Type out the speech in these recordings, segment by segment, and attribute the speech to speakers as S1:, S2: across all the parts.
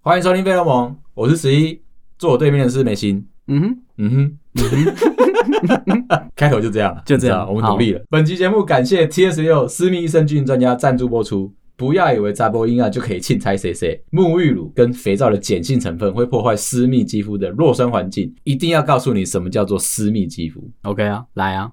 S1: 欢迎收听《费洛蒙》，我是十一，坐我对面的是梅心。
S2: 嗯哼，
S1: 嗯哼，开头就这样了，
S2: 就这样
S1: 我们独立了。本期节目感谢 T S 六私密益生菌专家赞助播出。不要以为杂波音啊就可以钦差谁谁，沐浴乳跟肥皂的碱性成分会破坏私密肌肤的弱酸环境，一定要告诉你什么叫做私密肌 肤。
S2: OK 啊，来啊，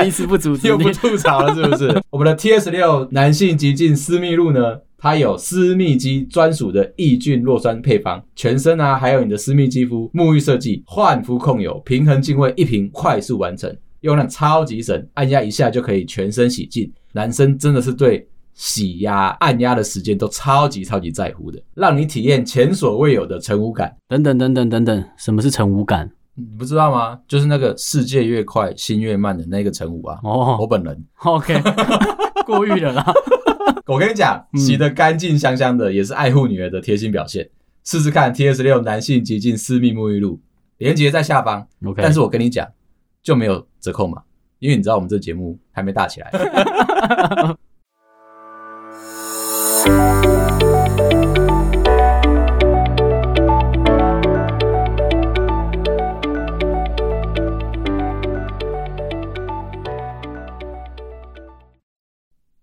S2: 第一次不阻 止
S1: 又
S2: 你
S1: 不，吐槽了，是不是？ 我们的 T S 六男性极净私密露呢，它有私密肌专属的抑菌弱酸配方，全身啊，还有你的私密肌肤沐浴设计，焕肤控油，平衡净味一瓶，快速完成，用量超级省，按压一下就可以全身洗净。男生真的是对。洗压、按压的时间都超级超级在乎的，让你体验前所未有的成无感。
S2: 等等等等等等，什么是成无感？
S1: 你不知道吗？就是那个世界越快，心越慢的那个成无啊。我
S2: 哦
S1: 本人，
S2: ，OK，过誉了啦，
S1: 我跟你讲，
S2: 嗯
S1: 洗得干净香香的，也是爱护女儿的贴心表现。试试看 T S 六男性极净私密沐浴露，链接在下方。
S2: OK，
S1: 但是我跟你讲，就没有折扣码，因为你知道我们这节目还没大起来。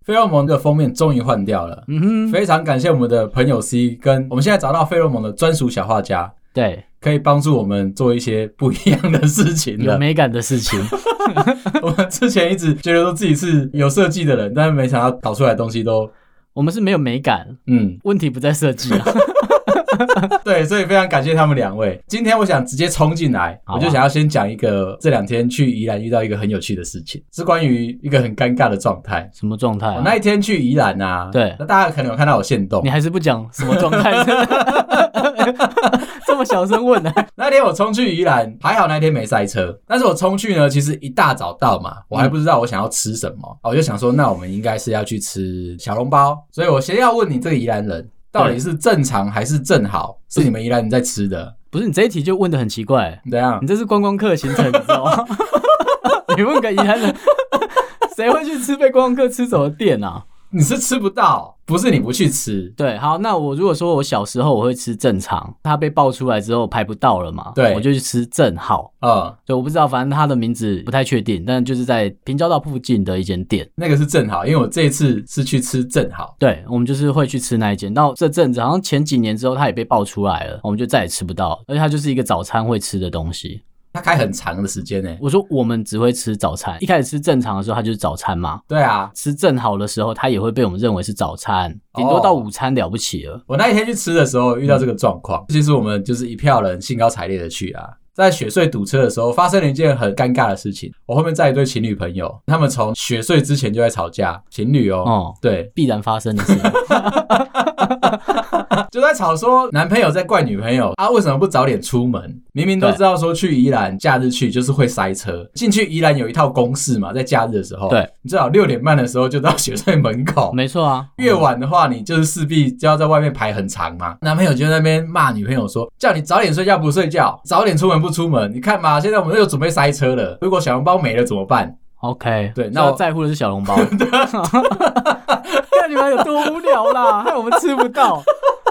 S1: 费洛蒙的封面终于换掉了，
S2: 嗯哼，
S1: 非常感谢我们的朋友 C，跟我们现在找到费洛蒙的专属小画家，
S2: 对，
S1: 可以帮助我们做一些不一样的事情
S2: 有
S1: 了。
S2: 美感的事情，
S1: 我们之前一直觉得说自己是有设计的人，但是没想到搞出来的东西都，
S2: 我们是没有美感，
S1: 嗯，
S2: 问题不在设计啊，
S1: 对，所以非常感谢他们两位。今天我想直接冲进来，
S2: 好啊
S1: 我就想要先讲一个这两天去宜兰遇到一个很有趣的事情，是关于一个很尴尬的状态。
S2: 什么状态
S1: 我
S2: 啊？
S1: 那一天去宜兰啊，
S2: 对
S1: 那大家可能有看到我现动
S2: 你，还是不讲什么状态？ 这么小声问呢、啊
S1: 那天我冲去宜兰，还好那天没塞车。但是我冲去呢，其实一大早到嘛，我还不知道我想要吃什么，啊我就想说，那我们应该是要去吃小笼包。所以我先要问你，这个宜兰人到底是正常还是正好？是你们宜兰人在吃的？
S2: 不是你这一题就问的很奇怪、
S1: 怎样
S2: 你？这是观光客行程，你知道吗？ 你问个宜兰人，谁会去吃被观光客吃走的店啊？
S1: 你是吃不到，不是你不去吃。
S2: 对，好，那我如果说我小时候我会吃正常，它被爆出来之后排不到了嘛，
S1: 对
S2: 我就去吃正好。
S1: 嗯，
S2: 对，我不知道，反正它的名字不太确定，但就是在平交道附近的一间店。
S1: 那个是正好，因为我这一次是去吃正好。
S2: 对，我们就是会去吃那一间。到这阵子，好像前几年之后，它也被爆出来了，我们就再也吃不到。而且它就是一个早餐会吃的东西。
S1: 它开很长的时间呢、
S2: 我说我们只会吃早餐，一开始吃正常的时候，它就是早餐嘛。
S1: 对啊，
S2: 吃正好的时候，它也会被我们认为是早餐，顶多到午餐了不起了。
S1: 我那一天去吃的时候遇到这个状况，其实我们就是一票人兴高采烈的去啊。在雪隧堵车的时候，发生了一件很尴尬的事情。我后面载一对情侣朋友，他们从雪隧之前就在吵架，情侣哦，
S2: 哦
S1: 对，
S2: 必然发生的事，
S1: 就在吵说男朋友在怪女朋友啊，为什么不早点出门？明明都知道说去宜兰假日去就是会塞车，进去宜兰有一套公式嘛，在假日的时候，
S2: 对，
S1: 你最好六点半的时候就到雪隧门口，
S2: 没错啊。
S1: 越晚的话，你就是势必就要在外面排很长嘛。男朋友就在那边骂女朋友说：“叫你早点睡觉不睡觉，早点出门不出门。你看嘛，现在我们又准备塞车了，如果小笼包没了怎么办
S2: OK，
S1: 对那
S2: 那
S1: 我
S2: 我啊在乎的是小笼包。 看你们有多无聊啦，害我们吃不到。？”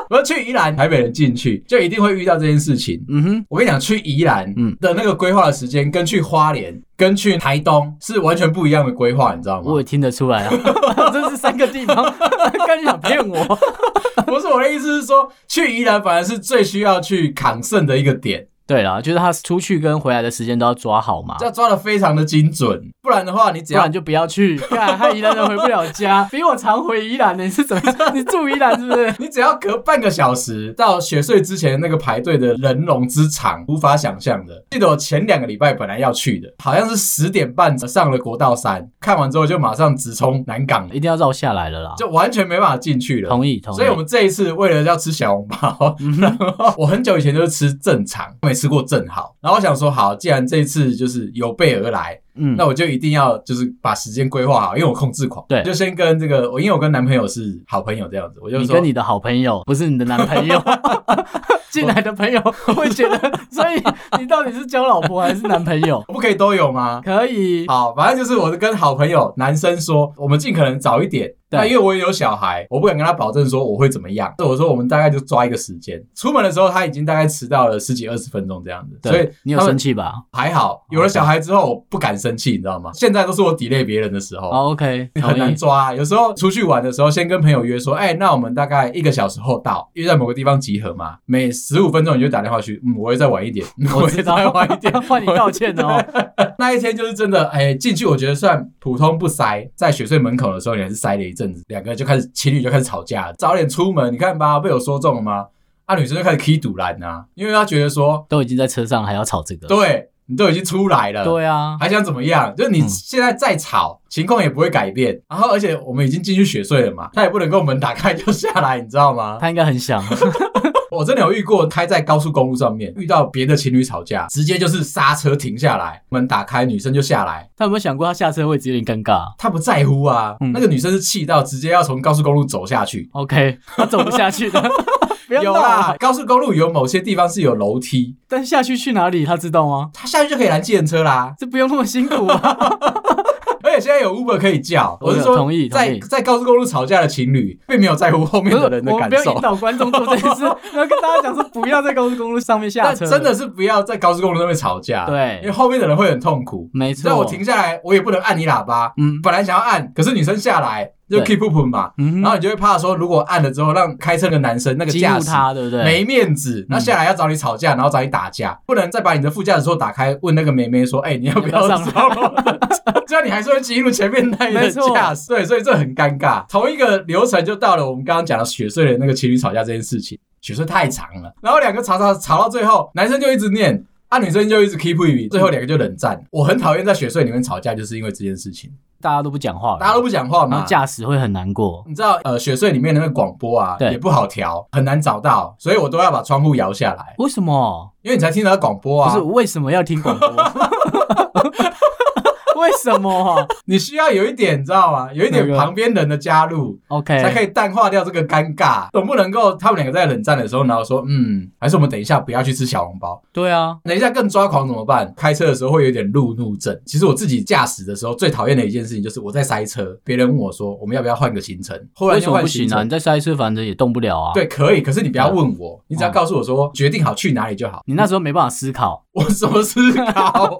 S1: 我要去宜兰，台北人进去就一定会遇到这件事情。
S2: 嗯哼，
S1: 我跟你讲，去宜兰
S2: 嗯
S1: 的那个规划的时间，跟去花莲、跟去台东是完全不一样的规划，你知道吗
S2: 我？也听得出来啊， 这是三个地方，看你想骗我。
S1: 不是我的意思是说，去宜兰反而是最需要去扛胜的一个点。
S2: 对啦，就是他出去跟回来的时间都要抓好嘛
S1: 这，样抓的非常的精准，不然的话，你只
S2: 不
S1: 要
S2: 然就不要去。看，害宜兰人回不了家，比我常回宜兰呢。你是怎么？你住宜兰是不是？
S1: 你只要隔半个小时到雪隧之前那个排队的人龙之长，无法想象的。记得我前两个礼拜本来要去的，好像是十点半上了国道三，看完之后就马上直冲南港，
S2: 一定要绕下来了啦。
S1: 就完全没办法进去了。
S2: 同意同意。嗯
S1: 所以，我们这一次为了要吃小笼包，然后我很久以前就是吃正常，没吃过正好。然后我想说，好，既然这一次就是有备而来，
S2: 嗯，
S1: 那我就一定要就是把时间规划好，因为我控制狂，
S2: 对
S1: 就先跟这个我，因为我跟男朋友是好朋友这样子，我就
S2: 你
S1: 说
S2: 跟你的好朋友不是你的男 朋友，进来的朋友会觉得，所以你到底是交老婆还是男朋友？
S1: 我不可以都有吗？
S2: 可以，
S1: 好，反正就是我跟好朋友男生说，我们尽可能早一点。
S2: 对
S1: 那因为我也有小孩，我不敢跟他保证说我会怎么样。所以我说我们大概就抓一个时间，出门的时候他已经大概迟到了十几二十分钟这样子，所以
S2: 对，你有
S1: 他们
S2: 生气吧
S1: 还好。有了小孩之后，我不敢生气，你知道吗？现在都是我 delay 别人的时候。
S2: 哦？OK，
S1: 很
S2: 同
S1: 难
S2: 意
S1: 抓、啊有时候出去玩的时候，先跟朋友约说，哎、那我们大概一个小时后到，约在某个地方集合嘛。每十五分钟你就打电话去，嗯，我会再晚一点，嗯
S2: 我
S1: 会
S2: 知 道
S1: 再晚一点，
S2: 换你道歉哦。
S1: 那一天就是真的，哎、进去我觉得算普通不塞，在雪穗门口的时候，你还是塞了一阵子，两个就开始情侣就开始吵架，早点出门，你看吧，被我说中了吗？啊，女生就开始踢堵拦啊，因为她觉得说，
S2: 都已经在车上还要吵这个，
S1: 对你都已经出来了，
S2: 对啊，
S1: 还想怎么样？就是你
S2: 嗯
S1: 现在再吵，情况也不会改变。然后，而且我们已经进去雪隧了嘛，他也不能够门打开就下来，你知道吗？
S2: 他应该很想，
S1: 我真的有遇过开在高速公路上面，遇到别的情侣吵架，直接就是刹车停下来，门打开，女生就下来，
S2: 他有没有想过他下车位置有点尴尬
S1: 她不在乎啊。
S2: 嗯
S1: 那个女生是气到直接要从高速公路走下去。
S2: ？OK，他走不下 去的，不要
S1: 有
S2: 闹
S1: 啦
S2: 啊，！
S1: 高速公路有某些地方是有楼梯，
S2: 但下去去哪里他知道吗？
S1: 她下去就可以拦计程车啦。
S2: 这不用那么辛苦啊。
S1: 而且现在有 Uber 可以叫。
S2: 我
S1: 是说，
S2: 同意同
S1: 在
S2: 意
S1: 在高速公路吵架的情侣，并没有在乎后面
S2: 不是
S1: 的人的
S2: 我
S1: 感
S2: 们不要
S1: 受
S2: 引。导观众做这件事， 然后跟大家讲说不要在高速公路上面下
S1: 但
S2: 车，
S1: 真的是不要在高速公路上面吵架，，因为
S2: 对，
S1: 后面的人会很痛苦。
S2: 没
S1: 你知道
S2: 错。
S1: 我停下来，我也不能按你喇叭，
S2: 嗯
S1: 本来想要按，可是女生下来就
S2: 对
S1: keep up 嘛，
S2: 嗯
S1: 然
S2: 哼，
S1: 后你就会怕说，如果按了之后让开车的男生那个
S2: 激
S1: 驾
S2: 怒
S1: 驶。
S2: 他，对不对？嗯
S1: 没面子，那下来要找你吵架，然后找你打架，不能再把你的副驾驶座打开，问那个妹妹说：“哎、你要不
S2: 要不要
S1: 上
S2: 上
S1: 我 的车？”这样你还是会激怒前面那一个
S2: 没错
S1: 驾驶，对，所以这很尴尬。同一个流程就到了我们刚刚讲的雪穗的那个情侣吵架这件事情，雪穗太长了，然后两个吵吵吵到最后，男生就一直念。啊，女生就一直 keep 不语，最后两个就冷战。我很讨厌在雪穗里面吵架，就是因为这件事情，
S2: 大家都不讲话了，
S1: 大家都不讲话
S2: 然
S1: 嘛
S2: 后。驾驶会很难过。
S1: 你知道，呃，雪穗里面的那个广播啊，
S2: 对
S1: 也不好调，很难找到，所以我都要把窗户摇下来。
S2: 为什么？
S1: 因为你才听得到广播
S2: 不
S1: 啊，
S2: 是为什么要 听广播？为什么
S1: 你需要有一点，你知道吗？有一点
S2: 那个哎
S1: 旁边人的加入，才可
S2: ？OK，
S1: 以淡化掉这个尴尬。总不能够他们两个在冷战的时候，然后说，嗯，还是我们等一下不要去吃小笼包，
S2: 对啊，
S1: 等一下更抓狂怎么办？开车的时候会有点路怒症。其实我自己驾驶的时候最讨厌的一件事情就是我在塞车，别人问我说我们要不要换个行程，忽然
S2: 为
S1: 就
S2: 什么
S1: 换
S2: 不
S1: 行
S2: 行啊？嗯
S1: 程
S2: 你。在塞车，反正也动不了啊。，
S1: 对，可以，可是你不要问我，你只要告诉我说决定好去哪里就好。
S2: 你那时候没办法思 考，
S1: 我什么思考？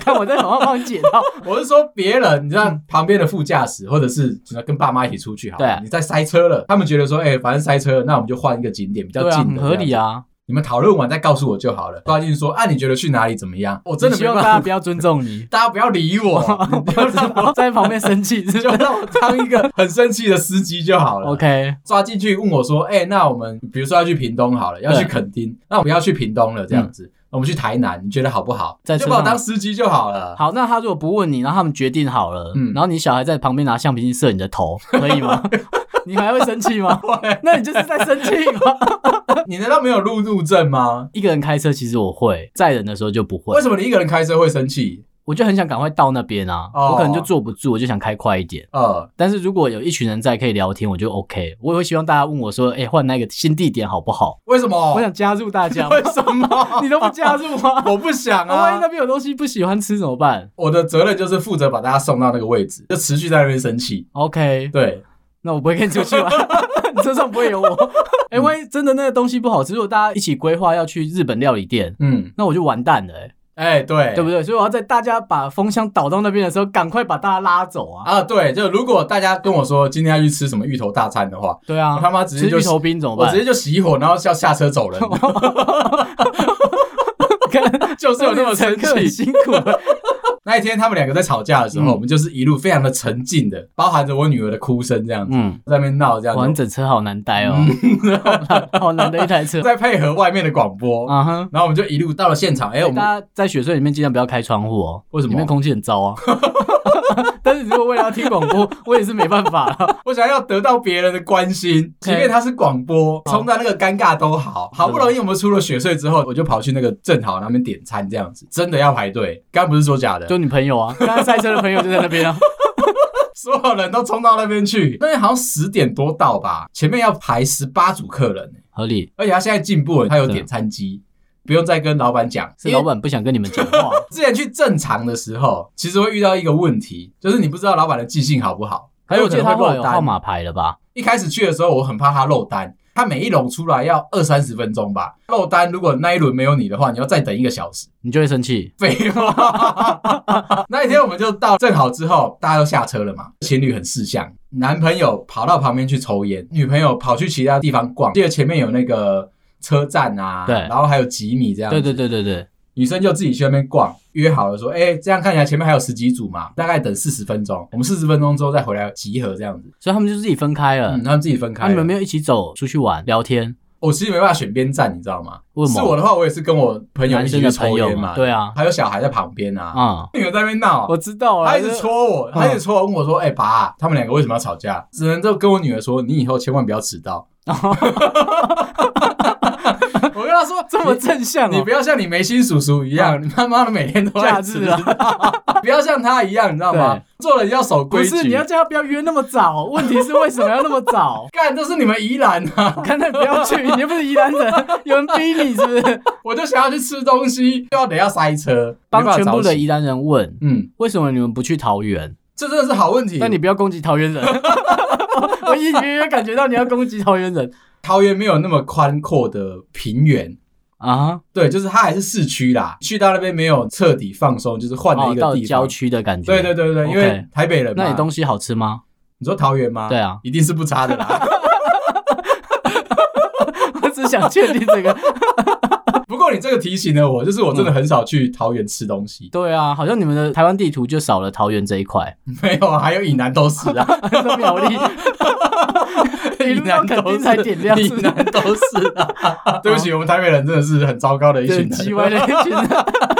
S2: 看我在旁边帮你解套。
S1: 我是说别人，你知道旁边的副驾驶，或者是跟爸妈一起出去好了，
S2: 嗯对啊
S1: 你在塞车了，他们觉得说，哎、反正塞车了，那我们就换一个景点比较
S2: 对啊，
S1: 近
S2: 很
S1: 的，
S2: 合理
S1: 啊。
S2: 啊。
S1: 你们讨论完再告诉我就好了。抓进去说，啊，你觉得去哪里怎么样？我真的
S2: 你
S1: 没
S2: 希望
S1: 办
S2: 大
S1: 法，，
S2: 家不要尊重你
S1: 大家不要理我，你不要让我，
S2: 在旁边生气是不是
S1: 就让我当一个很生气的司机就好了。
S2: OK，
S1: 抓进去问我说，哎、那我们比如说要去屏东好了，要去
S2: 对
S1: 垦丁，那我们要去屏东了，这样子。那我们去台南，你觉得好不好？
S2: 嗯在
S1: 就
S2: 车
S1: 把我
S2: 上
S1: 当司机就好了。
S2: 好，那他如果不问你，然后他们决定好了，
S1: 嗯
S2: 然后你小孩在旁边拿橡皮筋射你的 头，可以吗？你还会生气吗？那你就是在生气吗？
S1: 你难道没有路怒症吗？
S2: 一个人开车其实我会，载人的时候就不会
S1: 为。什么你一个人开车会生气？
S2: 我就很想赶快到那边啊，
S1: 哦
S2: 我可能就坐不住，我就想开快一点。
S1: 呃，
S2: 但是如果有一群人在可以聊天，我就 OK。我也会希望大家问我说：“哎、换那个新地点好不好？”
S1: 为什么？
S2: 我想加入大家嘛，
S1: 为什么？
S2: 哦 你都不加入 吗？
S1: 我不想
S2: 那万一
S1: 啊
S2: 那！边有东西不喜欢吃怎么办
S1: 我的责任就是负责把大家送到那个位置，就持续在那边生气。
S2: ？OK，
S1: 对，
S2: 那我不会跟你出去 玩，你车上不会有我。哎、万一真的那个东西不好吃，如果大家一起规划要去日本料理店，
S1: 嗯，
S2: 那我就完蛋了、欸，
S1: 哎、对，
S2: 对不对？所以我要在大家把风向导到那边的时候，赶快把大家拉走啊！
S1: 啊，对，就如果大家跟我说今天要去吃什么芋头大餐的话，
S2: 对啊，
S1: 我他妈直接
S2: 吃
S1: 就
S2: 芋头冰怎么
S1: 我
S2: 办
S1: 直？接就熄火，然后要下车走 人， 就是有那 么生
S2: 很
S1: 气。
S2: 辛苦啊 了。
S1: 那一天他们两个在吵架的时候，
S2: 嗯
S1: 我们就是一路非常的沉静的，包含着我女儿的哭声这样子，
S2: 嗯，
S1: 在那边闹这样
S2: 完
S1: 子，
S2: 整车好难待哦，好
S1: 嗯
S2: 难 好难的一 台车。
S1: 再配合外面的广播，
S2: 啊哈！
S1: 然后我们就一路到了现场，哎、我们
S2: 大家在雪隧里面尽量不要开窗户哦，
S1: 为什么
S2: 里面空气很糟啊， 但是如果为了要听广播，我也是没办法啊了。
S1: 我想要得到别人的关心，即便他是广播，
S2: 好
S1: 冲到那个尴尬都好。好不容易
S2: 嗯
S1: 我们出了血税之后，我就跑去那个正好那边点餐，这样子真的要排队，刚不是说假的，
S2: 就你朋 友啊，刚刚赛车的朋友就在那边啊。
S1: 所有人都冲到那边去，那边好像十点多到吧，前面要排十八组客人，欸
S2: 合理，
S1: 而且他现在进步了，他有
S2: 对
S1: 点餐机，不用再跟老板讲，
S2: 是
S1: 因为
S2: 老板不想跟你们讲话。
S1: 之前去正常的时候，其实会遇到一个问题，就是你不知道老板的记性好不好，还有
S2: 我
S1: 可
S2: 记得
S1: 能
S2: 他后
S1: 会漏
S2: 来有号
S1: 单。
S2: 码牌了吧？
S1: 一开始去的时候，我很怕他漏单，他每一笼出来要二三十分钟吧，漏单如果那一轮没有你的话，你要再等一个小时。
S2: 你就会生气。
S1: 废话。 那一天我们就到正好之后，大家都下车了嘛，情侣很识相，男朋友跑到旁边去抽烟，女朋友跑去其他地方逛，记得前面有那个车站啊，
S2: 对
S1: 然后还有几米这样，
S2: 对对，对对对，
S1: 女生就自己去那边逛，约好了说，哎、这样看起来前面还有十几组嘛，大概等四十分钟，我们四十分钟之后再回来集合这样子，
S2: 所以他们就自己分开了
S1: 嗯，。他们自己分开
S2: 那
S1: 了。
S2: 你们没有一起走出去玩聊天？
S1: 我其实没办法选边站，你知道吗？
S2: 为什
S1: 是
S2: 么
S1: 我的话，我也是跟我朋友一
S2: 男
S1: 起
S2: 生
S1: 去
S2: 的朋
S1: 抽
S2: 友
S1: 烟嘛，
S2: 对啊，
S1: 还有小孩在旁边啊，
S2: 啊，
S1: 你们在那边闹，
S2: 我嗯知道啊了。
S1: 他一直戳我，他一直戳我，问我说：“哎、爸，他们两个为什么要吵架？”只能就跟我女儿说：“你以后千万不要迟 到。”我跟他说：“
S2: 这么正向
S1: 你，你
S2: 哦
S1: 不，要像你没心叔叔一样，你他妈的每天都在
S2: 假
S1: 迟
S2: 日
S1: 到，
S2: 啊，
S1: 不要像他一样，你知道吗
S2: 对？
S1: 做人要守
S2: 不
S1: 规矩。？
S2: 是你要叫他不要约那么早。问题是为什么要那么早
S1: 干，这是你们宜兰啊！
S2: 看他不要 去，你又不是宜兰人，有人逼你是不是？
S1: 我就想要去吃东西，就要等一下塞车，
S2: 帮
S1: 没办法
S2: 全部
S1: 早
S2: 的
S1: 起
S2: 宜兰人问，
S1: 嗯，
S2: 为什么你们不去桃园？
S1: 这真的是好问题。
S2: 但你不要攻击桃园人。 我隐隐约约感觉到你要攻击桃园人
S1: 桃园没有那么宽阔的平原。”
S2: 啊，
S1: 对，就是它还是市区啦，去到那边没有彻底放松，就是换了
S2: 哦
S1: 一
S2: 到
S1: 个地方。
S2: 郊区的感觉。
S1: 对对对对，因为
S2: OK
S1: 台北人嘛，
S2: 那你东西好吃吗？
S1: 你说桃园吗？
S2: 对，啊，
S1: 一定是不差的啦。
S2: 我只想确定这个。
S1: 不过你这个提醒了我，就是我真的很少去桃园吃东西，
S2: 对啊，好像你们的台湾地图就少了桃园这一块，
S1: 没有，啊，还有以南都是啊，
S2: 都苗 栗，一
S1: 以
S2: 路到
S1: 南
S2: 垦
S1: 都
S2: 丁
S1: 是
S2: 才点亮，
S1: 以
S2: 是不
S1: 南
S2: 是？
S1: 都是 啊。对不起，我们台北人真的是很糟糕的一群
S2: 对，叽歪
S1: 人，
S2: 的一群人，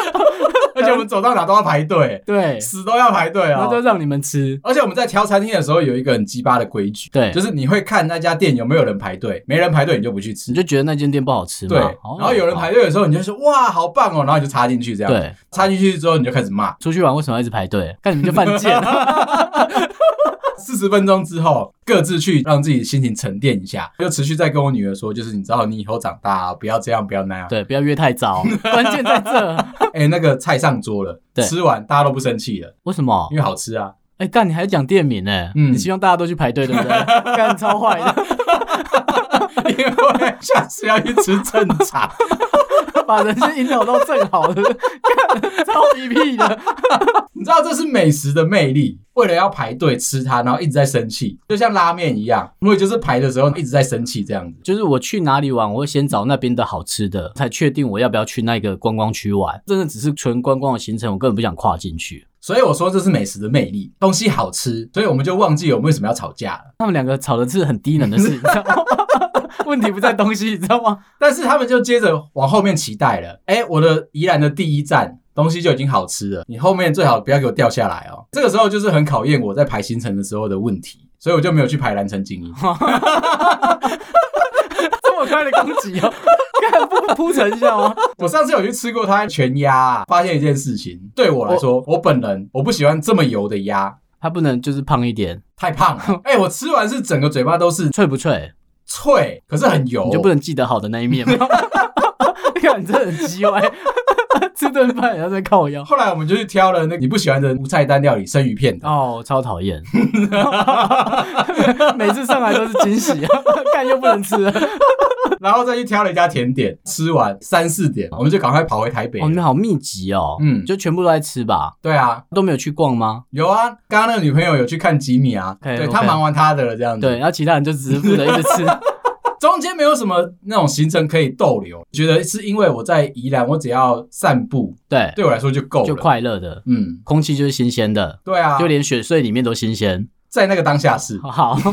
S1: 而且我们走到哪都要排队，
S2: 对，
S1: 死都要排队啊
S2: 然后。就让你们吃，
S1: 而且我们在挑餐厅的时候有一个很鸡巴的规矩，
S2: 对
S1: 就是你会看那家店有没有人排队，没人排队你就不去吃
S2: 你。就觉得那间店不好吃嘛？
S1: 对，
S2: 哦
S1: 然后有人排队的时候，你就说哇，好棒哦，然后你就插进去这样。，
S2: 对，
S1: 插进去之后你就开始骂。
S2: 出去玩为什么要一直排队？看你们就犯 贱，
S1: 四十分钟之后，各自去让自己心情沉淀一下，就持续在跟我女儿说，就是你知道，你以后长大、啊不要这样，不要那样。
S2: 对，不要约太早，关键在 这，
S1: 哎、那个菜上桌了，
S2: 对
S1: 吃完大家都不生气了，
S2: 为什么
S1: 因？为好吃啊。
S2: 哎，干，你还讲店名呢？
S1: 嗯
S2: 你希望大家都去排队，对不对？干超坏的，
S1: 因为下次要去吃正常，
S2: 把人生引导到正好的，干超一屁的。
S1: 你知道这是美食的魅力。为了要排队吃它，然后一直在生气，就像拉面一样，因为就是排的时候一直在生气这样子。
S2: 就是我去哪里玩，我会先找那边的好吃的，才确定我要不要去那个观光区玩。真的只是纯观光的行程，我根本不想跨进去。
S1: 所以我说这是美食的魅力，东西好吃，所以我们就忘记我们为什么要吵架了。
S2: 他们两个吵的是很低能的事，你知道吗？ 问题不在东西，你知道吗？
S1: 但是他们就接着往后面期待了。哎、我的宜兰的第一站东西就已经好吃了，你后面最好不要给我掉下来哦。这个时候就是很考验我在排行程的时候的问题，所以我就没有去排蓝城精英。
S2: 这么快的攻击哦，干不铺陈一下吗？
S1: 我上次有去吃过他全鸭、啊，发现一件事情，对我来说，我本人我不喜欢这么油的鸭。
S2: 它不能就是胖一点，
S1: 太胖 了，哎、我吃完是整个嘴巴都是
S2: 脆不脆？
S1: 脆，可是很油，
S2: 你就不能记得好的那一面吗？ 看你这很鸡歪，吃顿饭也要在靠腰。
S1: 后来我们就去挑了那个你不喜欢的无菜单料理生鱼片的，
S2: 哦，超讨厌！ 每次上来都是惊喜，啊干又不能吃了。
S1: 然后再去挑了一家甜点，吃完三四点，我们就赶快跑回台北。
S2: 哦，你们好密集哦，
S1: 嗯
S2: 就全部都在吃吧，
S1: 对啊，
S2: 都没有去逛吗？
S1: 有啊，刚刚那个女朋友有去看吉米啊
S2: OK，
S1: 对
S2: OK
S1: 她忙完她的了这样子。
S2: 对，，然后其他人就只是负责一直吃，
S1: 中间没有什么那种行程可以逗留，觉得是因为我在宜兰，我只要散步，
S2: 对，
S1: 对我来说就够了。
S2: 就，快乐的，
S1: 嗯，
S2: 空气就是新鲜的，
S1: 对啊，
S2: 就连雪穗里面都新鲜。
S1: 在那个当下是。
S2: 好，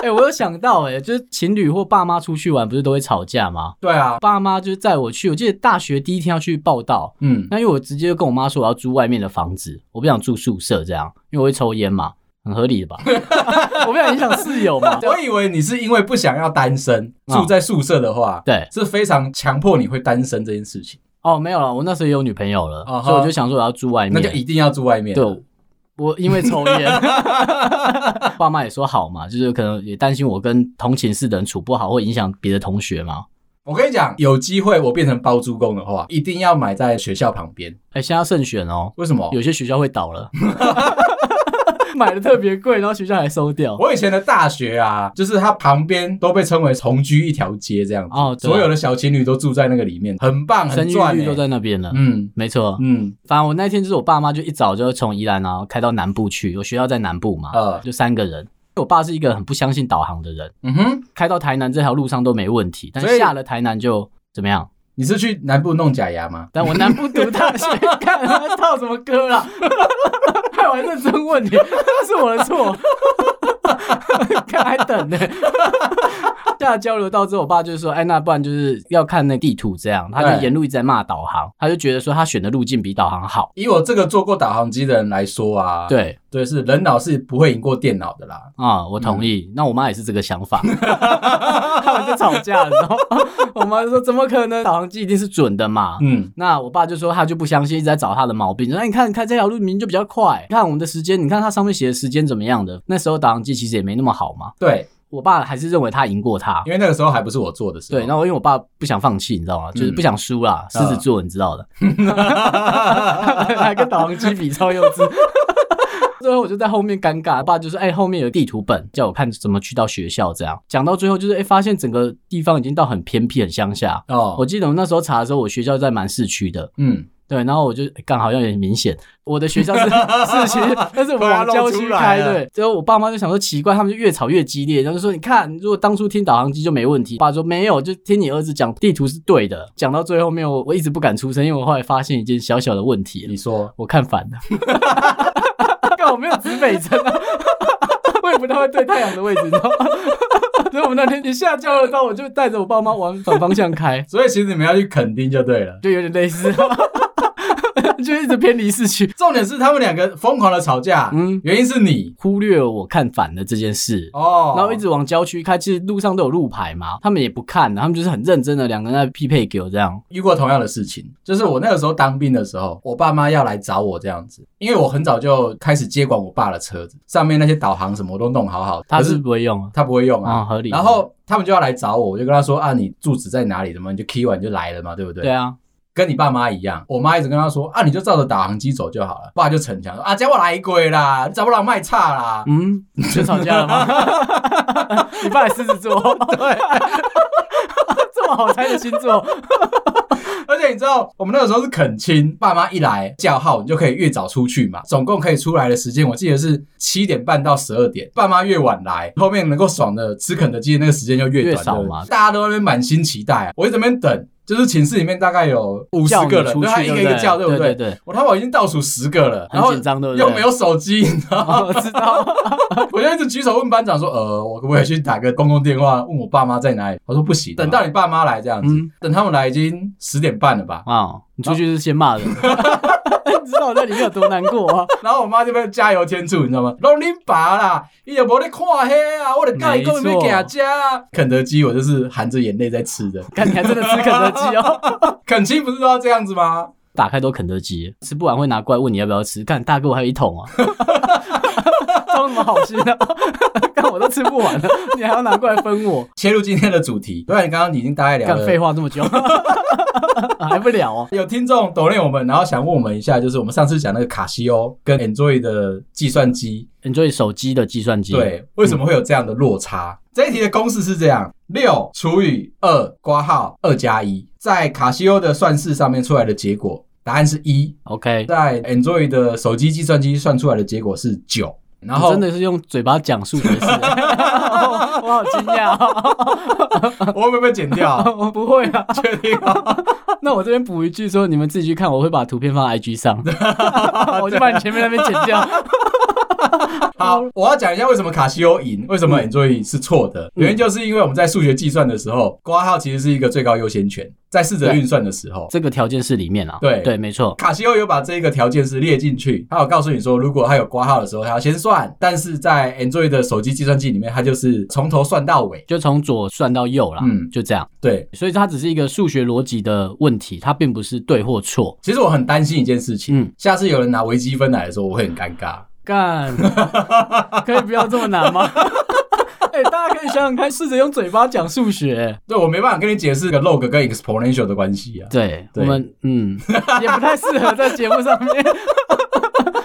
S2: 哎、我有想到、哎，就是情侣或爸妈出去玩，不是都会吵架吗？
S1: 对啊，
S2: 爸妈就是载我去，我记得大学第一天要去报道，
S1: 嗯，
S2: 那因为我直接就跟我妈说我要租外面的房子，我不想住宿舍这样，因为我会抽烟嘛，很合 理的吧？我不想影响室友嘛。
S1: 我以为你是因为不想要单身，
S2: 啊
S1: 住在宿舍的话，
S2: 对，
S1: 是非常强迫你会单身这件事情，
S2: 哦，没有了，我那时候也有女朋友了
S1: 啊哈
S2: 所以我就想说我要住外
S1: 那就
S2: 面。
S1: 一定要住外面。
S2: 对，我因为抽 烟，爸妈也说好嘛，就是可能也担心我跟同寝室的人处不好，会影响别的同学嘛。
S1: 我跟你讲，有机会我变成包租公的话，一定要买在学校旁边。
S2: 哎、现在要慎选哦，
S1: 为什么？
S2: 有些学校会 倒了，买的特别贵，然后学校还收掉。
S1: 我以前的大学啊，就是它旁边都被称为同居一条街这样子，
S2: 哦对啊
S1: 所有的小情侣都住在那个里面，很棒，
S2: 生
S1: 很赚、
S2: 育
S1: 欸。
S2: 率都在那边了，
S1: 嗯
S2: 没错。
S1: 嗯
S2: 反正我那天就是我爸妈就一早就从宜兰啊开到南部去，我学校在南部嘛，
S1: 呃
S2: 就三个人。我爸是一个很不相信导航的人，
S1: 嗯哼，
S2: 开到台南这条路上都没问题，但
S1: 所以
S2: 下了台南就怎么样？
S1: 你是去南部弄假牙吗？
S2: 但我南部读大学，看他唱什么歌啦？ 害我还认真问你，是我的错。 看还等呢、下了交流道之后，我爸就说：“哎，那不然就是要看那地图这样。”他就
S1: 对
S2: 沿路一直在骂导航，他就觉得说他选的路径比导航好。
S1: 以我这个做过导航机的人来说啊，
S2: 对
S1: 对，是人脑是不会赢过电脑的啦。
S2: 啊、我同意。那我妈也是这个想 法，他们就吵架了。然后 我妈就说：“怎么可能？导航机一定是准的嘛。”
S1: 嗯，
S2: 那我爸就说他就不相信，一直在找他的毛病。说哎你看，看这条路明明就比较快，看我们的时间，你看它上面写的时间怎么样的。那时候导航机其实也没那么好嘛，
S1: 对，
S2: 我爸还是认为他赢过他。
S1: 因为那个时候还不是我做的时候。
S2: 对，然后因为我爸不想放弃，你知道吗？就是不想输啦，狮子座你知道的，
S1: 啊
S2: 还跟导航机比超幼稚。最后我就在后面尴尬，我爸就说：“哎、后面有地图本，叫我看怎么去到学校。”这样讲到最后，就是哎、发现整个地方已经到很偏僻、很乡下。
S1: 哦，
S2: 我记得我那时候查的时候，我学校在蛮市区的，
S1: 嗯，
S2: 对，然后我就诶干好像有点明显，我的学校是是 其实，但是我
S1: 突然
S2: 往
S1: 露
S2: 郊
S1: 出
S2: 区
S1: 来
S2: 开，
S1: 了
S2: 对。最后我爸妈就想说奇怪，他们就越吵越激烈，然后就说你看，如果当初听导航机就没问题。爸说没有，就听你儿子讲地图是对的。讲到最后面，我我一直不敢出声，因为我后来发现一件小小的问题，
S1: 你说
S2: 我看反了。 但我没有指北针啊， 我也不太会对太阳的位置，你知道吗？ 所以我们那天一下交流道，我就带着我爸妈往反方向开。
S1: 所以其实你们要去垦丁就对了。
S2: 就有点类似， 就一直偏离市区，
S1: 重点是他们两个疯狂的吵架，
S2: 嗯
S1: 原因是你
S2: 忽略我看反了这件事。
S1: 哦，
S2: 然后一直往郊区开，其实路上都有路牌嘛，他们也不看，他们就是很认真的两个人在匹配给我这样。
S1: 遇过同样的事情，就是我那个时候当兵的时候，我爸妈要来找我这样子，因为我很早就开始接管我爸的车子，上面那些导航什么我都弄好好的，
S2: 他
S1: 可
S2: 是
S1: 是
S2: 不会用啊，
S1: 他不会用
S2: 啊、
S1: 啊。
S2: 合理。
S1: 然后他们就要来找我，我就跟他说啊，你住址在哪里？怎么你就 key 完你就来了嘛，对不对？
S2: 对啊，
S1: 跟你爸妈一样，我妈一直跟他说啊，你就照着导航机走就好了。爸就逞强说啊，叫我来鬼啦，你找不到卖差啦。
S2: 嗯，就吵架了吗？ 你爸也狮子座，对， 这么好猜的星座，
S1: 而且你知道，我们那个时候是恳亲，爸妈一来叫号，你就可以越早出去嘛。总共可以出来的时间，我记得是七点半到十二点。爸妈越晚来，后面能够爽的吃肯德基的那个时间就越短
S2: 越少
S1: 对不对
S2: 嘛
S1: 大家都在那边满心期待、啊，我一直在那边等。就是寝室里面大概有五十
S2: 叫你
S1: 个人，
S2: 出
S1: 对他
S2: 去，
S1: 一个
S2: 对
S1: 一个
S2: 对
S1: 叫，对不对？
S2: 对？对，
S1: 我他妈我已经倒数十个了，然后
S2: 很紧张，对不对？
S1: 又没有手机，你知道吗
S2: 哦， 我知 道，
S1: 我就一直举手问班长说：“呃，我可不可以去打个公共电话问我爸妈在哪里？”他说：“不行，等到你爸妈来这样子，
S2: 嗯
S1: 等他们来已经十点半了吧。”
S2: 啊，你出去是 先骂人， 你知道我在里面有多难过啊？
S1: 然后我妈就被加油添醋，你知道吗？拢恁爸啦，伊就无咧看黑啊，我就跟伊讲
S2: 没
S1: 要
S2: 错
S1: 行家啊。肯德基我就是含着眼泪在吃 的，
S2: 看你还真的吃肯德基哦，
S1: 肯亲不是都要这样子吗？
S2: 打开都肯德基，吃不完会拿过来问你要不要吃。看大哥，我还有一桶啊， 装什么好心啊？ 看我都吃不完了，你还要拿过来分 我？
S1: 切入今天的主题，不然你刚刚已经大概聊
S2: 干废
S1: 了。
S2: 话这么久， 还不了哦？
S1: 有听众抖念我们，然后想问我们一下，就是我们上次讲那个卡西欧跟 Enjoy 的计算机，
S2: 你对手机的计算机，，
S1: 对，为什么会有这样的落
S2: 嗯
S1: 差？这一题的公式是这样：六除以二，括号二加一，在卡西欧的算式上面出来的结果，答案是一。
S2: OK，
S1: 在 Android 的手机计算机算出来的结果是九，然
S2: 你
S1: 后
S2: 真的是用嘴巴讲数学式， 我我好惊讶哦，
S1: 我会不会被剪掉啊？
S2: 我不会啊。
S1: 确定啊？
S2: 那我这边补一句 说，你们自己去看，我会把图片放在 IG 上，我就把你前面那边剪掉。
S1: 好，我要讲一下为什么卡西欧赢，为什
S2: 嗯
S1: 么 enjoy 是错的。原因就是因为我们在数学计算的时候，括号其实是一个最高优先权，在四则运算的时候，
S2: 这个条件是里面啊，
S1: 对
S2: 对，没错，
S1: 卡西欧有把这个条件是列进去，他有告诉你说，如果他有括号的时候，他要先算。但是在 Android 的手机计算器里面，它就是从头算到尾。
S2: 就从左算到右啦，
S1: 嗯
S2: 就这样。
S1: 对，
S2: 所以它只是一个数学逻辑的问题，它并不是对或错。
S1: 其实我很担心一件事情，
S2: 嗯
S1: 下次有人拿微积分来的时候，我会很尴尬。
S2: 干， 可以不要这么难吗？ 哎、大家可以想想看，试着用嘴巴讲数学。
S1: 对我没办法跟你解释个 log 跟 exponential 的关系啊。
S2: 对，
S1: 对
S2: 我们嗯，也不太适合在节目上面。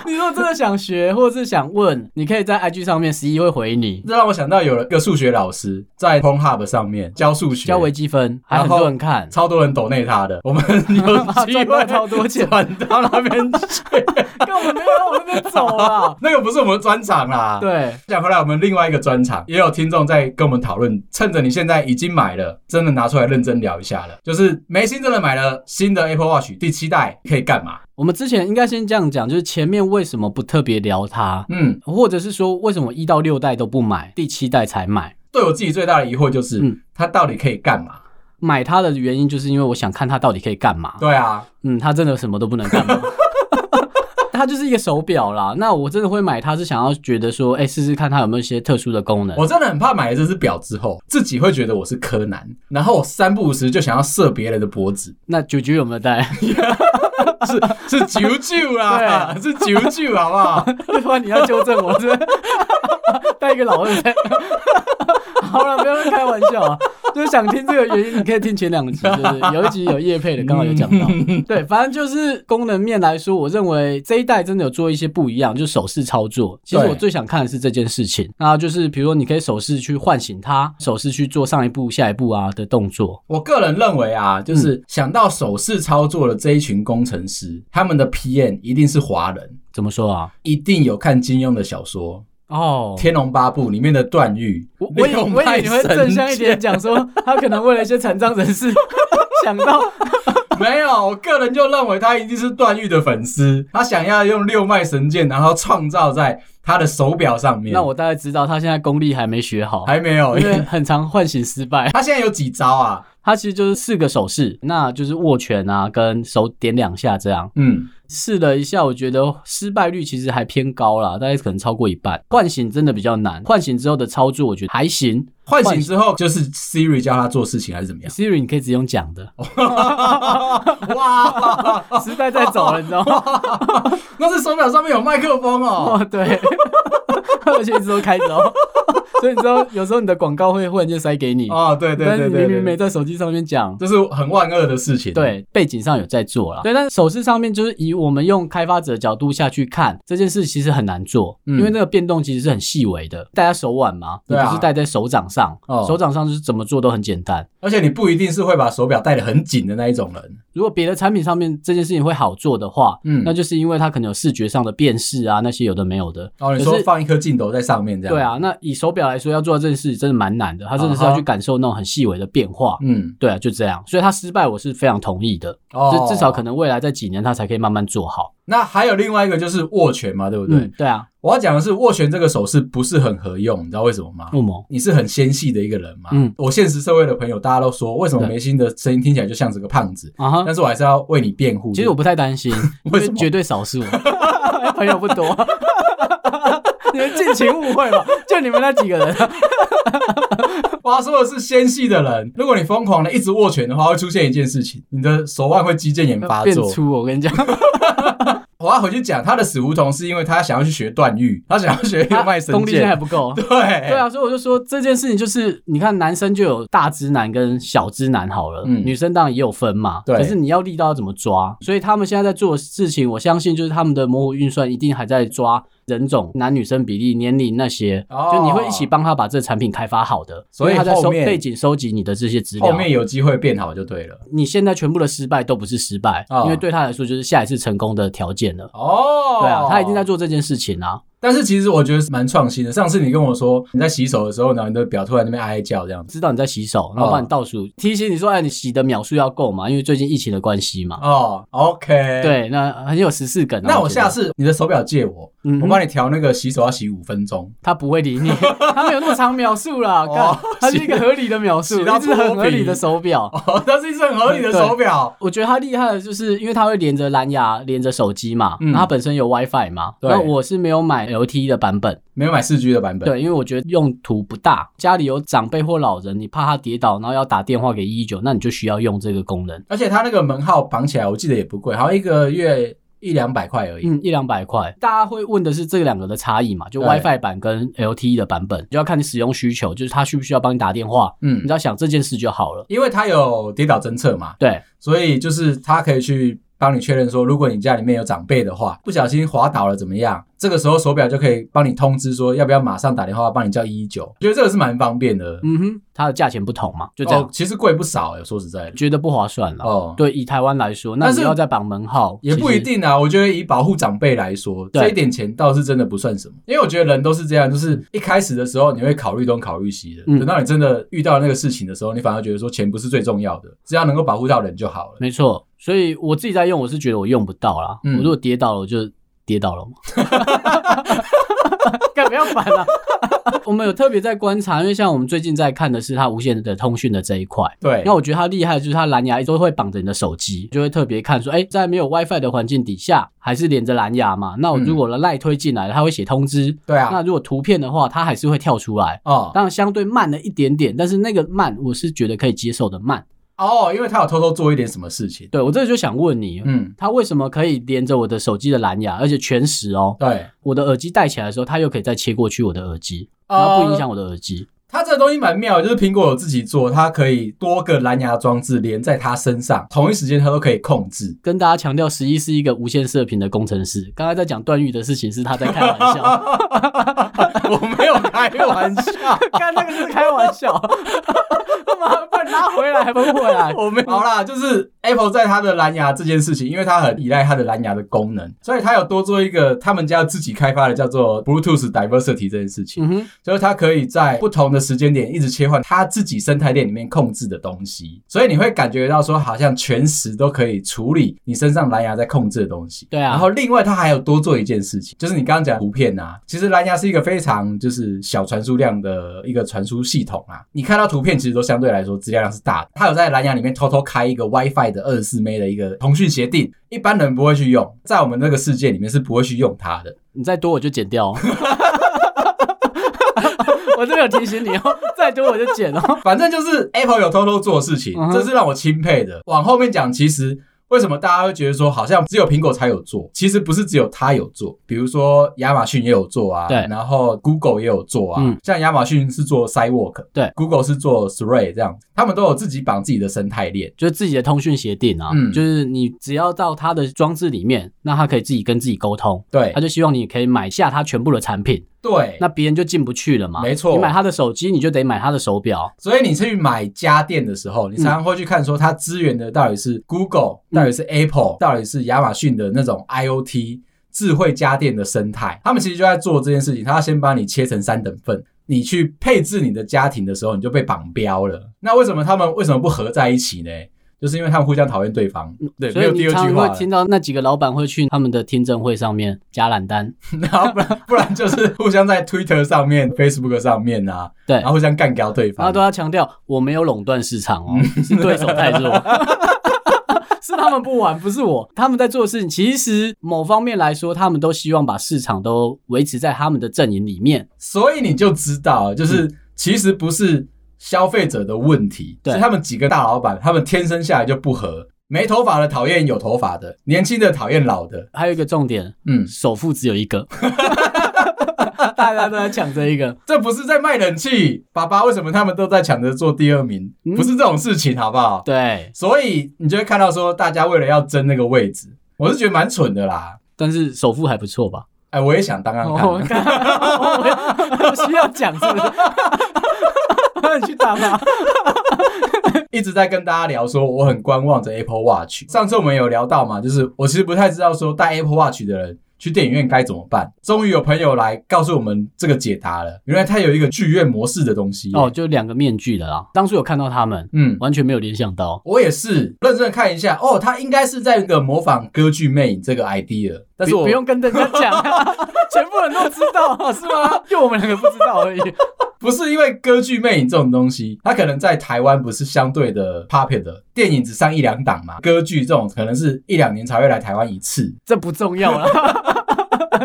S2: 你如果真的想学，或者是想问，你可以在 IG 上面，十一会回你，
S1: 这让我想到有一个数学老师在 p o n h u b 上面教数学，
S2: 教微积分，还
S1: 然
S2: 很
S1: 后
S2: 多人 看，
S1: 超多人抖内他的， 我们 有机
S2: 赚到
S1: 会
S2: 超多钱，
S1: 转到那边去。
S2: 根本没有让我那边走 啊。
S1: 那个不是我们的专场啦。。
S2: 对，
S1: 讲回来，我们另外一个专场也有听众在跟我们讨论，趁着你现在已经买了，真的拿出来认真聊一下了。就是梅心真的买了新的 Apple Watch 第七代，可以干嘛？
S2: 我们之前应该先这样讲，就是前面为什么不特别聊它，
S1: 嗯，
S2: 或者是说为什么一到六代都不买，第七代才买？
S1: 对我自己最大的疑惑就是，
S2: 嗯
S1: 它到底可以干嘛？
S2: 买它的原因就是因为我想看它到底可以干嘛。
S1: 对啊，
S2: 嗯，它真的什么都不能干嘛。 它就是一个手表啦，那我真的会买它是想要觉得说，哎、试试看它有没有一些特殊的功能。
S1: 我真的很怕买了这只表之后，自己会觉得我是柯南，然后我三不五时就想要射别人的脖子，
S2: 那九九有没有带？
S1: 是是啾啾啊，是啾啾，好不好？
S2: 突然你要纠正我，是 不是带一个老二在。 好了，不要乱开玩笑啊！就是想听这个原因，你可以听前两 集，就是有一集有叶配的，刚好有讲到。对，反正就是功能面来说，我认为这一代真的有做一些不一样，就手势操作。其实
S1: 对
S2: 我最想看的是这件事情，那就是比如说你可以手势去唤醒它，手势去做上一步、下一步啊的动作。
S1: 我个人认为啊，就是想到手势操作的这一群工程师，他们的 PM 一定是华人，
S2: 怎么说啊？
S1: 一定有看金庸的小说
S2: 哦
S1: 《天龙八部》里面的段誉。
S2: 我我以
S1: 六
S2: 我以
S1: 脉
S2: 为你会
S1: 神
S2: 正向一
S1: 剑，
S2: 点讲说，他可能为了一些残障人士想到
S1: 没有，我个人就认为他一定是段誉的粉丝，他想要用六脉神剑，然后创造在他的手表上面。
S2: 那我大概知道他现在功力还没学好，
S1: 嗯还没有，
S2: 因
S1: 因
S2: 为
S1: 为
S2: 很常唤醒失败。
S1: 他现在有几招啊？
S2: 他其实就是四个手势，那就是握拳啊，跟手点两下这样。
S1: 嗯，
S2: 试了一下，我觉得失败率其实还偏高啦，大概可能超过一半。唤醒真的比较难，唤醒之后的操作我觉得还行。
S1: 唤醒之后就是 Siri 教他做事情还是怎 么样？
S2: Siri 你可以直接用讲的，
S1: 哦哇，
S2: 时代在走了，你知道吗？
S1: 那是手表上面有麦克风哦。
S2: 哦， 对，而且一直都开着哦，所以你知道有时候你的广告会忽然间塞给你，
S1: 哦，对对
S2: 但
S1: 对
S2: 是你
S1: 对
S2: 明明没
S1: 对，
S2: 在手机上面讲，
S1: 这是很万恶的事情。，
S2: 对，背景上有在做啦。对，但是手势上面就是以我们用开发者角度下去看这件事，其实很难做，
S1: 嗯
S2: 因为那个变动其实是很细微的。戴在手腕嘛，你
S1: 对啊
S2: 不是戴在手掌上，
S1: 哦
S2: 手掌上就是怎么做都很简单。
S1: 而且你不一定是会把手表戴得很紧的那一种人。
S2: 如果别的产品上面这件事情会好做的话，
S1: 嗯
S2: 那就是因为它可能有视觉上的辨识啊，那些有的没有的。
S1: 哦，你
S2: 可
S1: 说
S2: 是
S1: 放一颗镜头在上面这样？
S2: 对，啊，那以手表来说，要做到这件事真的蛮难的，它真的是要
S1: 啊哈
S2: 去感受那种很细微的变化。
S1: 嗯，
S2: 对啊，就这样，所以它失败我是非常同意的，
S1: 哦，
S2: 至至少可。能未来在几年它才可以慢慢做好。
S1: 那还有另外一个就是握拳嘛，对不对？
S2: 嗯，对啊，
S1: 我要讲的是握拳这个手势不是很合用，你知道为什么吗？
S2: 木萌。
S1: 你是很纤细的一个人嘛。
S2: 嗯
S1: 我现实社会的朋友大家都说，为什么
S2: 对
S1: 梅心的声音听起来就像是个胖子？
S2: 啊哈
S1: 但，是我还是要为你辩护。
S2: 其实我不太担心，因
S1: 为什么
S2: 绝对少数， 朋友不多。 你们尽情误会吧，就你们那几个人，
S1: 我要说的是纤细的人，如果你疯狂的一直握拳的话，会出现一件事情，你的手腕会肌腱炎发
S2: 变
S1: 作。
S2: 粗。我跟 你讲，
S1: 我要回去讲他的死胡同，是因为他想要去学段誉，他想要学六脉神
S2: 啊功 力现在还
S1: 剑。
S2: 不够。
S1: 对
S2: 对
S1: 对，
S2: 啊，所以我就说这件事情就是，你看男生就有大直男跟小直男好了，
S1: 嗯
S2: 女生当然也有分嘛。
S1: 对
S2: 可是你要力道要怎么抓？所以他们现在在做的事情，我相信就是他们的模糊运算一定还在抓人种、男女生比例、年龄那些，
S1: 哦
S2: 就你会一起帮他把这产品开发好的，
S1: 所以
S2: 因为他在
S1: 后
S2: 收
S1: 面
S2: 背景收集你的这些资料。
S1: 后面有机会变好就对了。
S2: 你现在全部的失败都不是失败，
S1: 哦
S2: 因为对他来说就是下一次成功的条件了。
S1: 哦，
S2: 对啊，他已经在做这件事情啊。
S1: 但是其实我觉得蛮创新的。上次你跟我说你在洗手的时候呢，你的表突然在那边哀叫这样子。
S2: 知道你在洗
S1: 嗯
S2: 手，然后帮你倒数，提醒你说，哎，你洗的秒数要够嘛，因为最近疫情的关系嘛。
S1: 哦，OK，，
S2: 对，那很有时事梗啊。
S1: 那我
S2: 觉得
S1: 下，次你的手表借我，
S2: 嗯
S1: 我帮你调那个洗手要洗五分钟，
S2: 他不会理你，他没有那么长秒数啦，
S1: 哦
S2: 干他是一个合理的秒数，
S1: 洗到
S2: 一只很合理
S1: 脱
S2: 的
S1: 皮
S2: 手表。
S1: 哦，那是一只很合理的手表。
S2: 我觉得它厉害的就是，因为它会连着蓝牙，连着手机嘛，
S1: 嗯
S2: 然后它本身有 WiFi 嘛。
S1: 对
S2: 那我是没有买 LTE 的版本，
S1: 没有买四 G 的版本，，
S2: 对，因为我觉得用途不大。家里有长辈或老人，你怕他跌倒，然后要打电话给一一九，那你就需要用这个功能。
S1: 而且它那个门号绑起来，我记得也不贵，好像一个月一两百块而已。
S2: 嗯，一两百块。大家会问的是这两个的差异嘛？就
S1: 对
S2: WiFi 版跟 LTE 的版本，就要看你使用需求，就是他需不需要帮你打电话，
S1: 嗯
S2: 你只要想这件事就好了。
S1: 因为它有跌倒侦测嘛，
S2: 对，
S1: 所以就是它可以去帮你确认说，如果你家里面有长辈的话，不小心滑倒了怎么样，这个时候手表就可以帮你通知说要不要马上打电话帮你叫一一九。我觉得这个是蛮方便的，
S2: 嗯哼，它的价钱不同嘛，就这样，嗯
S1: 哦、其实贵不少哎、说实在的，
S2: 觉得不划算了。
S1: 哦，
S2: 对，以台湾来说，那
S1: 但
S2: 你
S1: 是
S2: 要再绑门号，
S1: 也
S2: 其
S1: 不
S2: 实
S1: 一。定啊，我觉得以保护长辈来说，
S2: 对
S1: 这一点钱倒是真的不算什么，因为我觉得人都是这样，就是一开始的时候你会考虑东考虑西的，
S2: 嗯
S1: 等到你真的遇到那个事情的时候，你反而觉得说钱不是最重要的，只要能够保护到人就好了。
S2: 没错，所以我自己在用，我是觉得我用不到啦。
S1: 嗯
S2: 我如果跌倒了，我就跌 倒了嘛。干不要烦了、 我们有特别在观察，因为像我们最近在看的是它无线的通讯的这一块。
S1: 对，
S2: 那我觉得它厉害的就是它蓝牙都会绑着你的手机，就会特别看说，哎、在没有 WiFi 的环境底下，还是连着蓝牙嘛？那我如果赖推进来了，它会写通知。
S1: 对
S2: 那
S1: 嗯啊，
S2: 如果图片的话，它还是会跳出来。
S1: 哦
S2: 当然相对慢了一点点，但是那个慢我是觉得可以接受的慢。
S1: 哦，因为他有偷偷做一点什么事情，
S2: 对我这就想问你，
S1: 嗯，
S2: 它为什么可以连着我的手机的蓝牙，而且全时哦？
S1: 对，
S2: 我的耳机戴起来的时候，它又可以再切过去我的耳机，然后不影
S1: 呃。
S2: 响我的耳机。
S1: 它这个东西蛮妙的，就是苹果有自己做，它可以多个蓝牙装置连在它身上，同一时间它都可以控制。
S2: 跟大家强调，十一是一个无线射频的工程师。刚才在讲段誉的事情，是他在开玩笑。
S1: 我没有开玩笑，
S2: 刚那个是开玩笑，妈，把拉回来，不回来。
S1: 我没有好啦，就是 Apple 在它的蓝牙这件事情，因为它很依赖它的蓝牙的功能，所以它有多做一个他们家自己开发的叫做 Bluetooth Diversity 这件事情，
S2: 嗯哼，
S1: 就是它可以在不同的时间点一直切换它自己生态链里面控制的东西，所以你会感觉到说好像全时都可以处理你身上蓝牙在控制的东西。
S2: 对啊
S1: 然后另外它还有多做一件事情，就是你刚刚讲图片啊，其实蓝牙是一个非常就是小传输量的一个传输系统啊。你看到图片其实都相对来说资料量是大的，它有在蓝牙里面偷偷开一个 WiFi 的二十四 M 的一个通讯协定，一般人不会去用，在我们那个世界里面是不会去用它的。
S2: 你再多我就剪掉、哦。 我这边有提醒你哦，再多我就剪哦。
S1: 反正就是 Apple 有偷偷做事情
S2: 嗯，哼
S1: 这是让我钦佩的。往后面讲，其实为什么大家会觉得说好像只有苹果才有做？其实不是只有它有做，比如说亚马逊也有做啊，
S2: 对
S1: 然后 Google 也有做啊。
S2: 嗯
S1: 像亚马逊是做 Sidewalk，
S2: 对
S1: ，Google 是做 Thread 这样，他们都有自己绑自己的生态链。
S2: 就是自己的通讯协定啊，
S1: 嗯
S2: 就是你只要到他的装置里面，那他可以自己跟自己沟通，
S1: 对
S2: 他就希望你可以买下他全部的产品，
S1: 对，
S2: 那别人就进不去了嘛。
S1: 没错
S2: 你买他的手机，你就得买他的手表。
S1: 所以你去买家电的时候，你常常会去看说它支援的到底是 Google，、
S2: 嗯
S1: 到底是 Apple，到底是亚马逊的那种 IOT 智慧家电的生态。他们其实就在做这件事情，他要先把你切成三等份。你去配置你的家庭的时候，你就被绑标了。那为什么他们为什么不合在一起呢？就是因为他们互相讨厌对方，对，
S2: 嗯所
S1: 没
S2: 以
S1: 有
S2: 你
S1: 第二
S2: 常
S1: 句
S2: 常
S1: 话
S2: 会
S1: 了，
S2: 听到那几个老板会去他们的听证会上面加懒单，
S1: 然后不然不然就是互相在 Twitter 上面、Facebook 上面啊，
S2: 对
S1: 然后互相干掉对
S2: 然后
S1: 方
S2: 都。要强调我没有垄断市场哦，是对手太弱。 是他们不玩，不是我。他们在做的事情，其实某方面来说，他们都希望把市场都维持在他们的阵营里面。
S1: 所以你就知道，就是其实不是消费者的问题，
S2: 嗯对
S1: 是他们几个大老板，他们天生下来就不合。没头发的讨厌有头发的，年轻的讨厌老的。
S2: 还有一个重点，
S1: 嗯，
S2: 首富只有一个， 大家都在抢这一个。
S1: 这不是在卖人气，爸爸为什么他们都在抢着做第二名？
S2: 嗯
S1: 不是这种事情，好不好？
S2: 对，
S1: 所以你就会看到说，大家为了要争那个位置，我是觉得蛮蠢的啦。
S2: 但是首富还不错吧？
S1: 哎，我也想当当看。
S2: 我看，我需要讲是不是？ 那你去打吧。
S1: 一直在跟大家聊说，我很观望着 Apple Watch。上次我们有聊到嘛，就是我其实不太知道说戴 Apple Watch 的人去电影院该怎么办？终于有朋友来告诉我们这个解答了，原来它有一个剧院模式的东西。
S2: 哦，，就两个面具的啦。当初有看到他们，
S1: 嗯，
S2: 完全没有联想到。
S1: 我也是认真地看一下，哦，它应该是在一个模仿歌剧魅影这个 idea，但是
S2: 不
S1: 我
S2: 不用跟人家讲、啊， 全部人都知道、啊，是吗？就我们两个不知道而已。
S1: 不是因为歌剧魅影这种东西，它可能在台湾不是相对的 popular，电影只上一两档嘛，歌剧这种可能是一两年才会来台湾一次。
S2: 这不重要啦。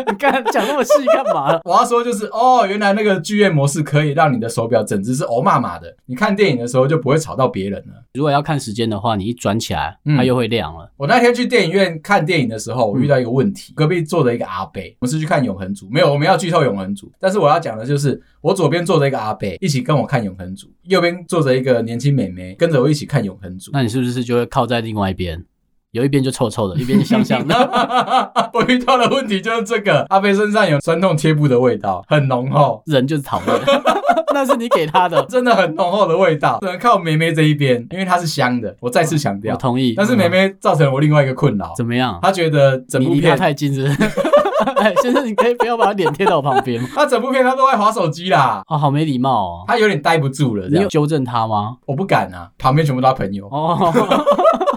S2: 你看讲那么细干嘛？
S1: 我要说就是哦，原来那个剧院模式可以让你的手表整只是欧骂骂的，你看电影的时候就不会吵到别人了。
S2: 如果要看时间的话，你一转起来，
S1: 嗯
S2: 它又会亮了。
S1: 我那天去电影院看电影的时候，我遇到一个问题，隔壁坐着一个阿贝，我们是去看《永恒族》，没有，我们要剧透《永恒族》，但是我要讲的就是我左边坐着一个阿贝，一起跟我看《永恒族》，右边坐着一个年轻美眉，跟着我一起看《永恒 族》。
S2: 那你是不是就会靠在另外一边？有一边就臭臭的，一边就香香 的。
S1: 我遇到的问题就是这个，阿飞身上有酸痛贴布的味道，很浓厚，
S2: 人就是讨厌， 那是你给他的。
S1: 真的很浓厚的味道，只能靠梅梅这一边，因为它是香的。我再次强
S2: 我
S1: 调，
S2: 同意。
S1: 但是梅
S2: 嗯
S1: 梅造成了我另外一个困扰，
S2: 怎么样？
S1: 她觉得整
S2: 你
S1: 部
S2: 离他
S1: 片。
S2: 太近是不是？ 哎先生，你可以不要把脸贴到我旁边吗？
S1: 她整部片她都在划手机啦，
S2: 哦，好没礼貌哦。
S1: 她有点待不住了，这
S2: 你有
S1: 样
S2: 纠正他吗？
S1: 我不敢啊，旁边全部都她朋友，
S2: 哦，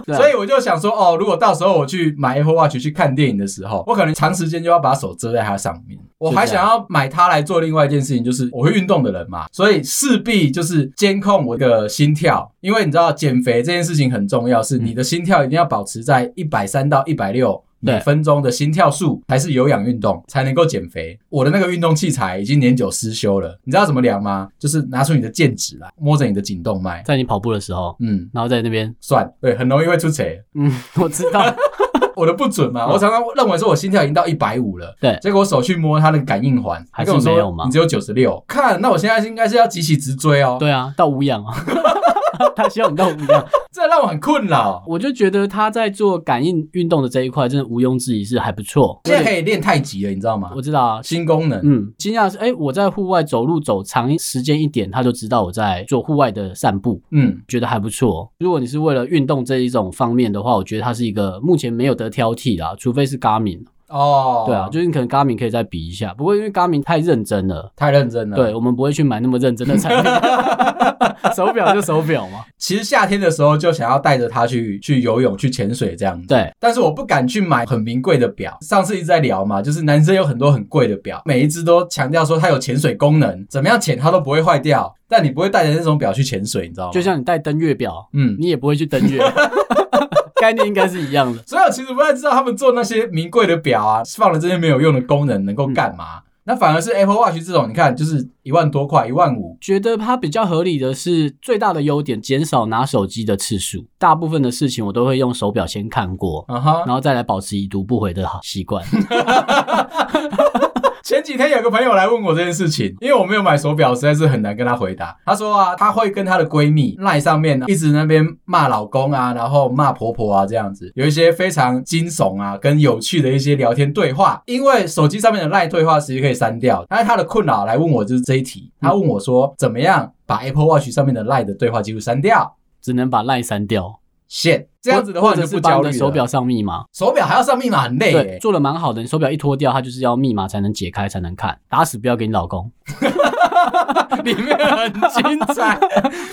S2: 对啊
S1: 所以我就想说，哦，如果到时候我去买 Apple Watch 去看电影的时候，我可能长时间就要把手遮在它上面。我还想要买它来做另外一件事情，就是我会运动的人嘛，所以势必就是监控我的心跳，因为你知道减肥这件事情很重要，是
S2: 嗯
S1: 你的心跳一定要保持在一百三到一百六。每
S2: 对
S1: 分钟的心跳数才是有氧运动，才能够减肥。我的那个运动器材已经年久失修了，你知道怎么量吗？就是拿出你的剑指来，摸着你的颈动脉，
S2: 在你跑步的时候，
S1: 嗯，
S2: 然后在那边，
S1: 算，对，很容易会出贼。
S2: 嗯，我知道，
S1: 我的不准嘛，
S2: 嗯
S1: 我常常认为说我心跳已经到一百五了，
S2: 对
S1: 结果我手去摸它的感应环，
S2: 还
S1: 它
S2: 是
S1: 跟我说
S2: 没有嘛
S1: 你只有九十六，看，那我现在应该是要急起直追哦，
S2: 对啊，到无氧啊， 他希望你到无氧。
S1: 这让我很困扰。
S2: 我就觉得他在做感应运动的这一块，真的毋庸置疑是还不错。
S1: 现在可以练太极了，你知道吗？
S2: 我知道啊，
S1: 新功能，
S2: 嗯，惊讶的是，哎、我在户外走路走长一时间一点，他就知道我在做户外的散步，
S1: 嗯，
S2: 觉得还不错。如果你是为了运动这一种方面的话，我觉得它是一个目前没有得挑剔啦，除非是 Garmin。
S1: 哦，
S2: 对啊，就是你可能 Garmin 可以再比一下，不过因为 Garmin 太认真了，
S1: 太认真了。
S2: 对，我们不会去买那么认真的产品。手表就手表嘛，
S1: 其实夏天的时候就想要带着它去去游泳、去潜水这样子。
S2: 对，
S1: 但是我不敢去买很名贵的表。上次一直在聊嘛，就是男生有很多很贵的表，每一只都强调说它有潜水功能，怎么样潜它都不会坏掉。但你不会带着那种表去潜水，你知道吗？
S2: 就像你戴登月表，
S1: 嗯，
S2: 你也不会去 登月，概念应该是一样的。
S1: 所以我其实不太知道他们做那些名贵的表啊，放了这些没有用的功能能够干嘛。那反而是 Apple Watch 这种，你看就是一万多块，一万五，
S2: 觉得它比较合理的是，最大的优点减少拿手机的次数。大部分的事情我都会用手表先看过，
S1: 啊哈。
S2: 然后再来保持已读不回的好习惯。
S1: 前几天有个朋友来问我这件事情，因为我没有买手表，实在是很难跟他回答。他说啊，他会跟他的闺蜜赖上面一直那边骂老公啊，然后骂婆婆啊，这样子有一些非常惊悚啊跟有趣的一些聊天对话。因为手机上面的赖对话其实可以删掉，但是他的困扰来问我就是这一题，他问我说怎么样把 Apple Watch 上面的赖的对话记录删掉
S2: 只能把赖删掉，
S1: ？shit，这样子的话
S2: 或
S1: 你
S2: 者
S1: 就是不
S2: 把
S1: 焦虑
S2: 你的
S1: 了。
S2: 手表上密码。
S1: 手表还要上密码，很累、
S2: 对，
S1: 耶。
S2: 做的蛮好的。你手表一脱掉，它就是要密码才能解开，才能看。打死不要给你老公，
S1: 里面很精 彩。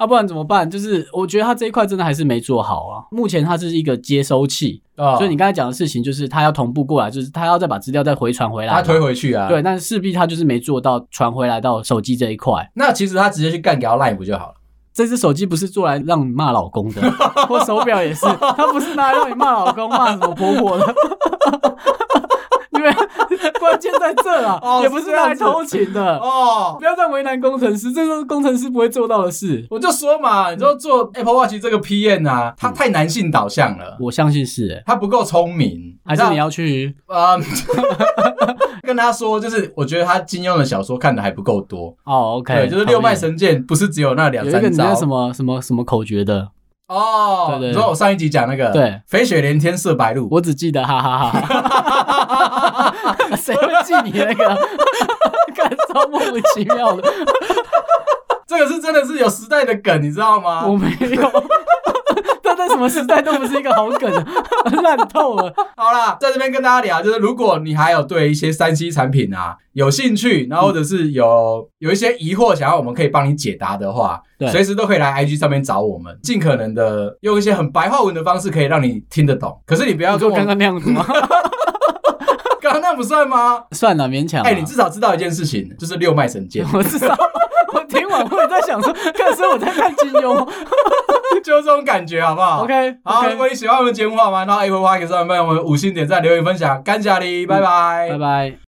S2: 啊，不然怎么办？就是我觉得它这一块真的还是没做好啊。目前它是一个接收器，
S1: 哦
S2: 所以你刚才讲的事情就是它要同步过来，就是它要再把资料再回传回来嘛。
S1: 他推回去啊。
S2: 对，但势必他就是没做到传回来到手机这一块。
S1: 那其实他直接去干掉 Line 不就好了？
S2: 这只手机不是做来让你骂老公 的，我手表也是，它不是拿来让你骂老公、骂什么婆婆的。因为关键在这啦，
S1: 哦
S2: 也不是拿来
S1: 是这样
S2: 偷情的。
S1: 哦，
S2: 不要再为难工程师，这都是工程师不会做到的事。
S1: 我就说嘛，你说做 Apple Watch 这个 PM 啊，他太男性导向了，
S2: 我相信是、欸，
S1: 他不够聪明，
S2: 还是你
S1: 要
S2: 要去
S1: 啊？嗯 跟他说，就是我觉得他金庸的小说看的还不够多，
S2: 哦？OK，
S1: 对，就是
S2: 同
S1: 六
S2: 意
S1: 脉神剑不是只有那两
S2: 有一个
S1: 三
S2: 你叫
S1: 招
S2: 什么什么什么口诀的，
S1: 哦
S2: 对。对对
S1: 你说我上一集讲那个
S2: 对
S1: 飞雪连天射白鹿，
S2: 我只记得哈哈哈哈，谁会记你那个？ 看超莫名其妙的，
S1: 这个是真的是有时代的梗，你知道吗？
S2: 我没有。这在什么时代都不是一个好梗啊，烂透了。
S1: 好啦，在这边跟大家聊，就是如果你还有对一些三 C 产品啊有兴趣，然后或者是有有一些疑惑，想要我们可以帮你解答的话
S2: 对，
S1: 随时都可以来 IG 上面找我们，尽可能的用一些很白话文的方式，可以让你听得懂。可是你不要
S2: 你
S1: 跟
S2: 说
S1: 我
S2: 刚刚那样子吗？
S1: 刚刚那不算吗？
S2: 算了，勉强啊。，
S1: 哎、你至少知道一件事情，就是六脉神剑
S2: 我至少我听完会在想说，看是我在看金庸。
S1: 就是这种感觉，好不好
S2: OK，
S1: 好
S2: OK，
S1: 如果你喜欢我们节目的话，麻烦到 Apple Podcast 上面帮我们五星点赞、留言、分享，感谢你，拜拜，
S2: 拜拜。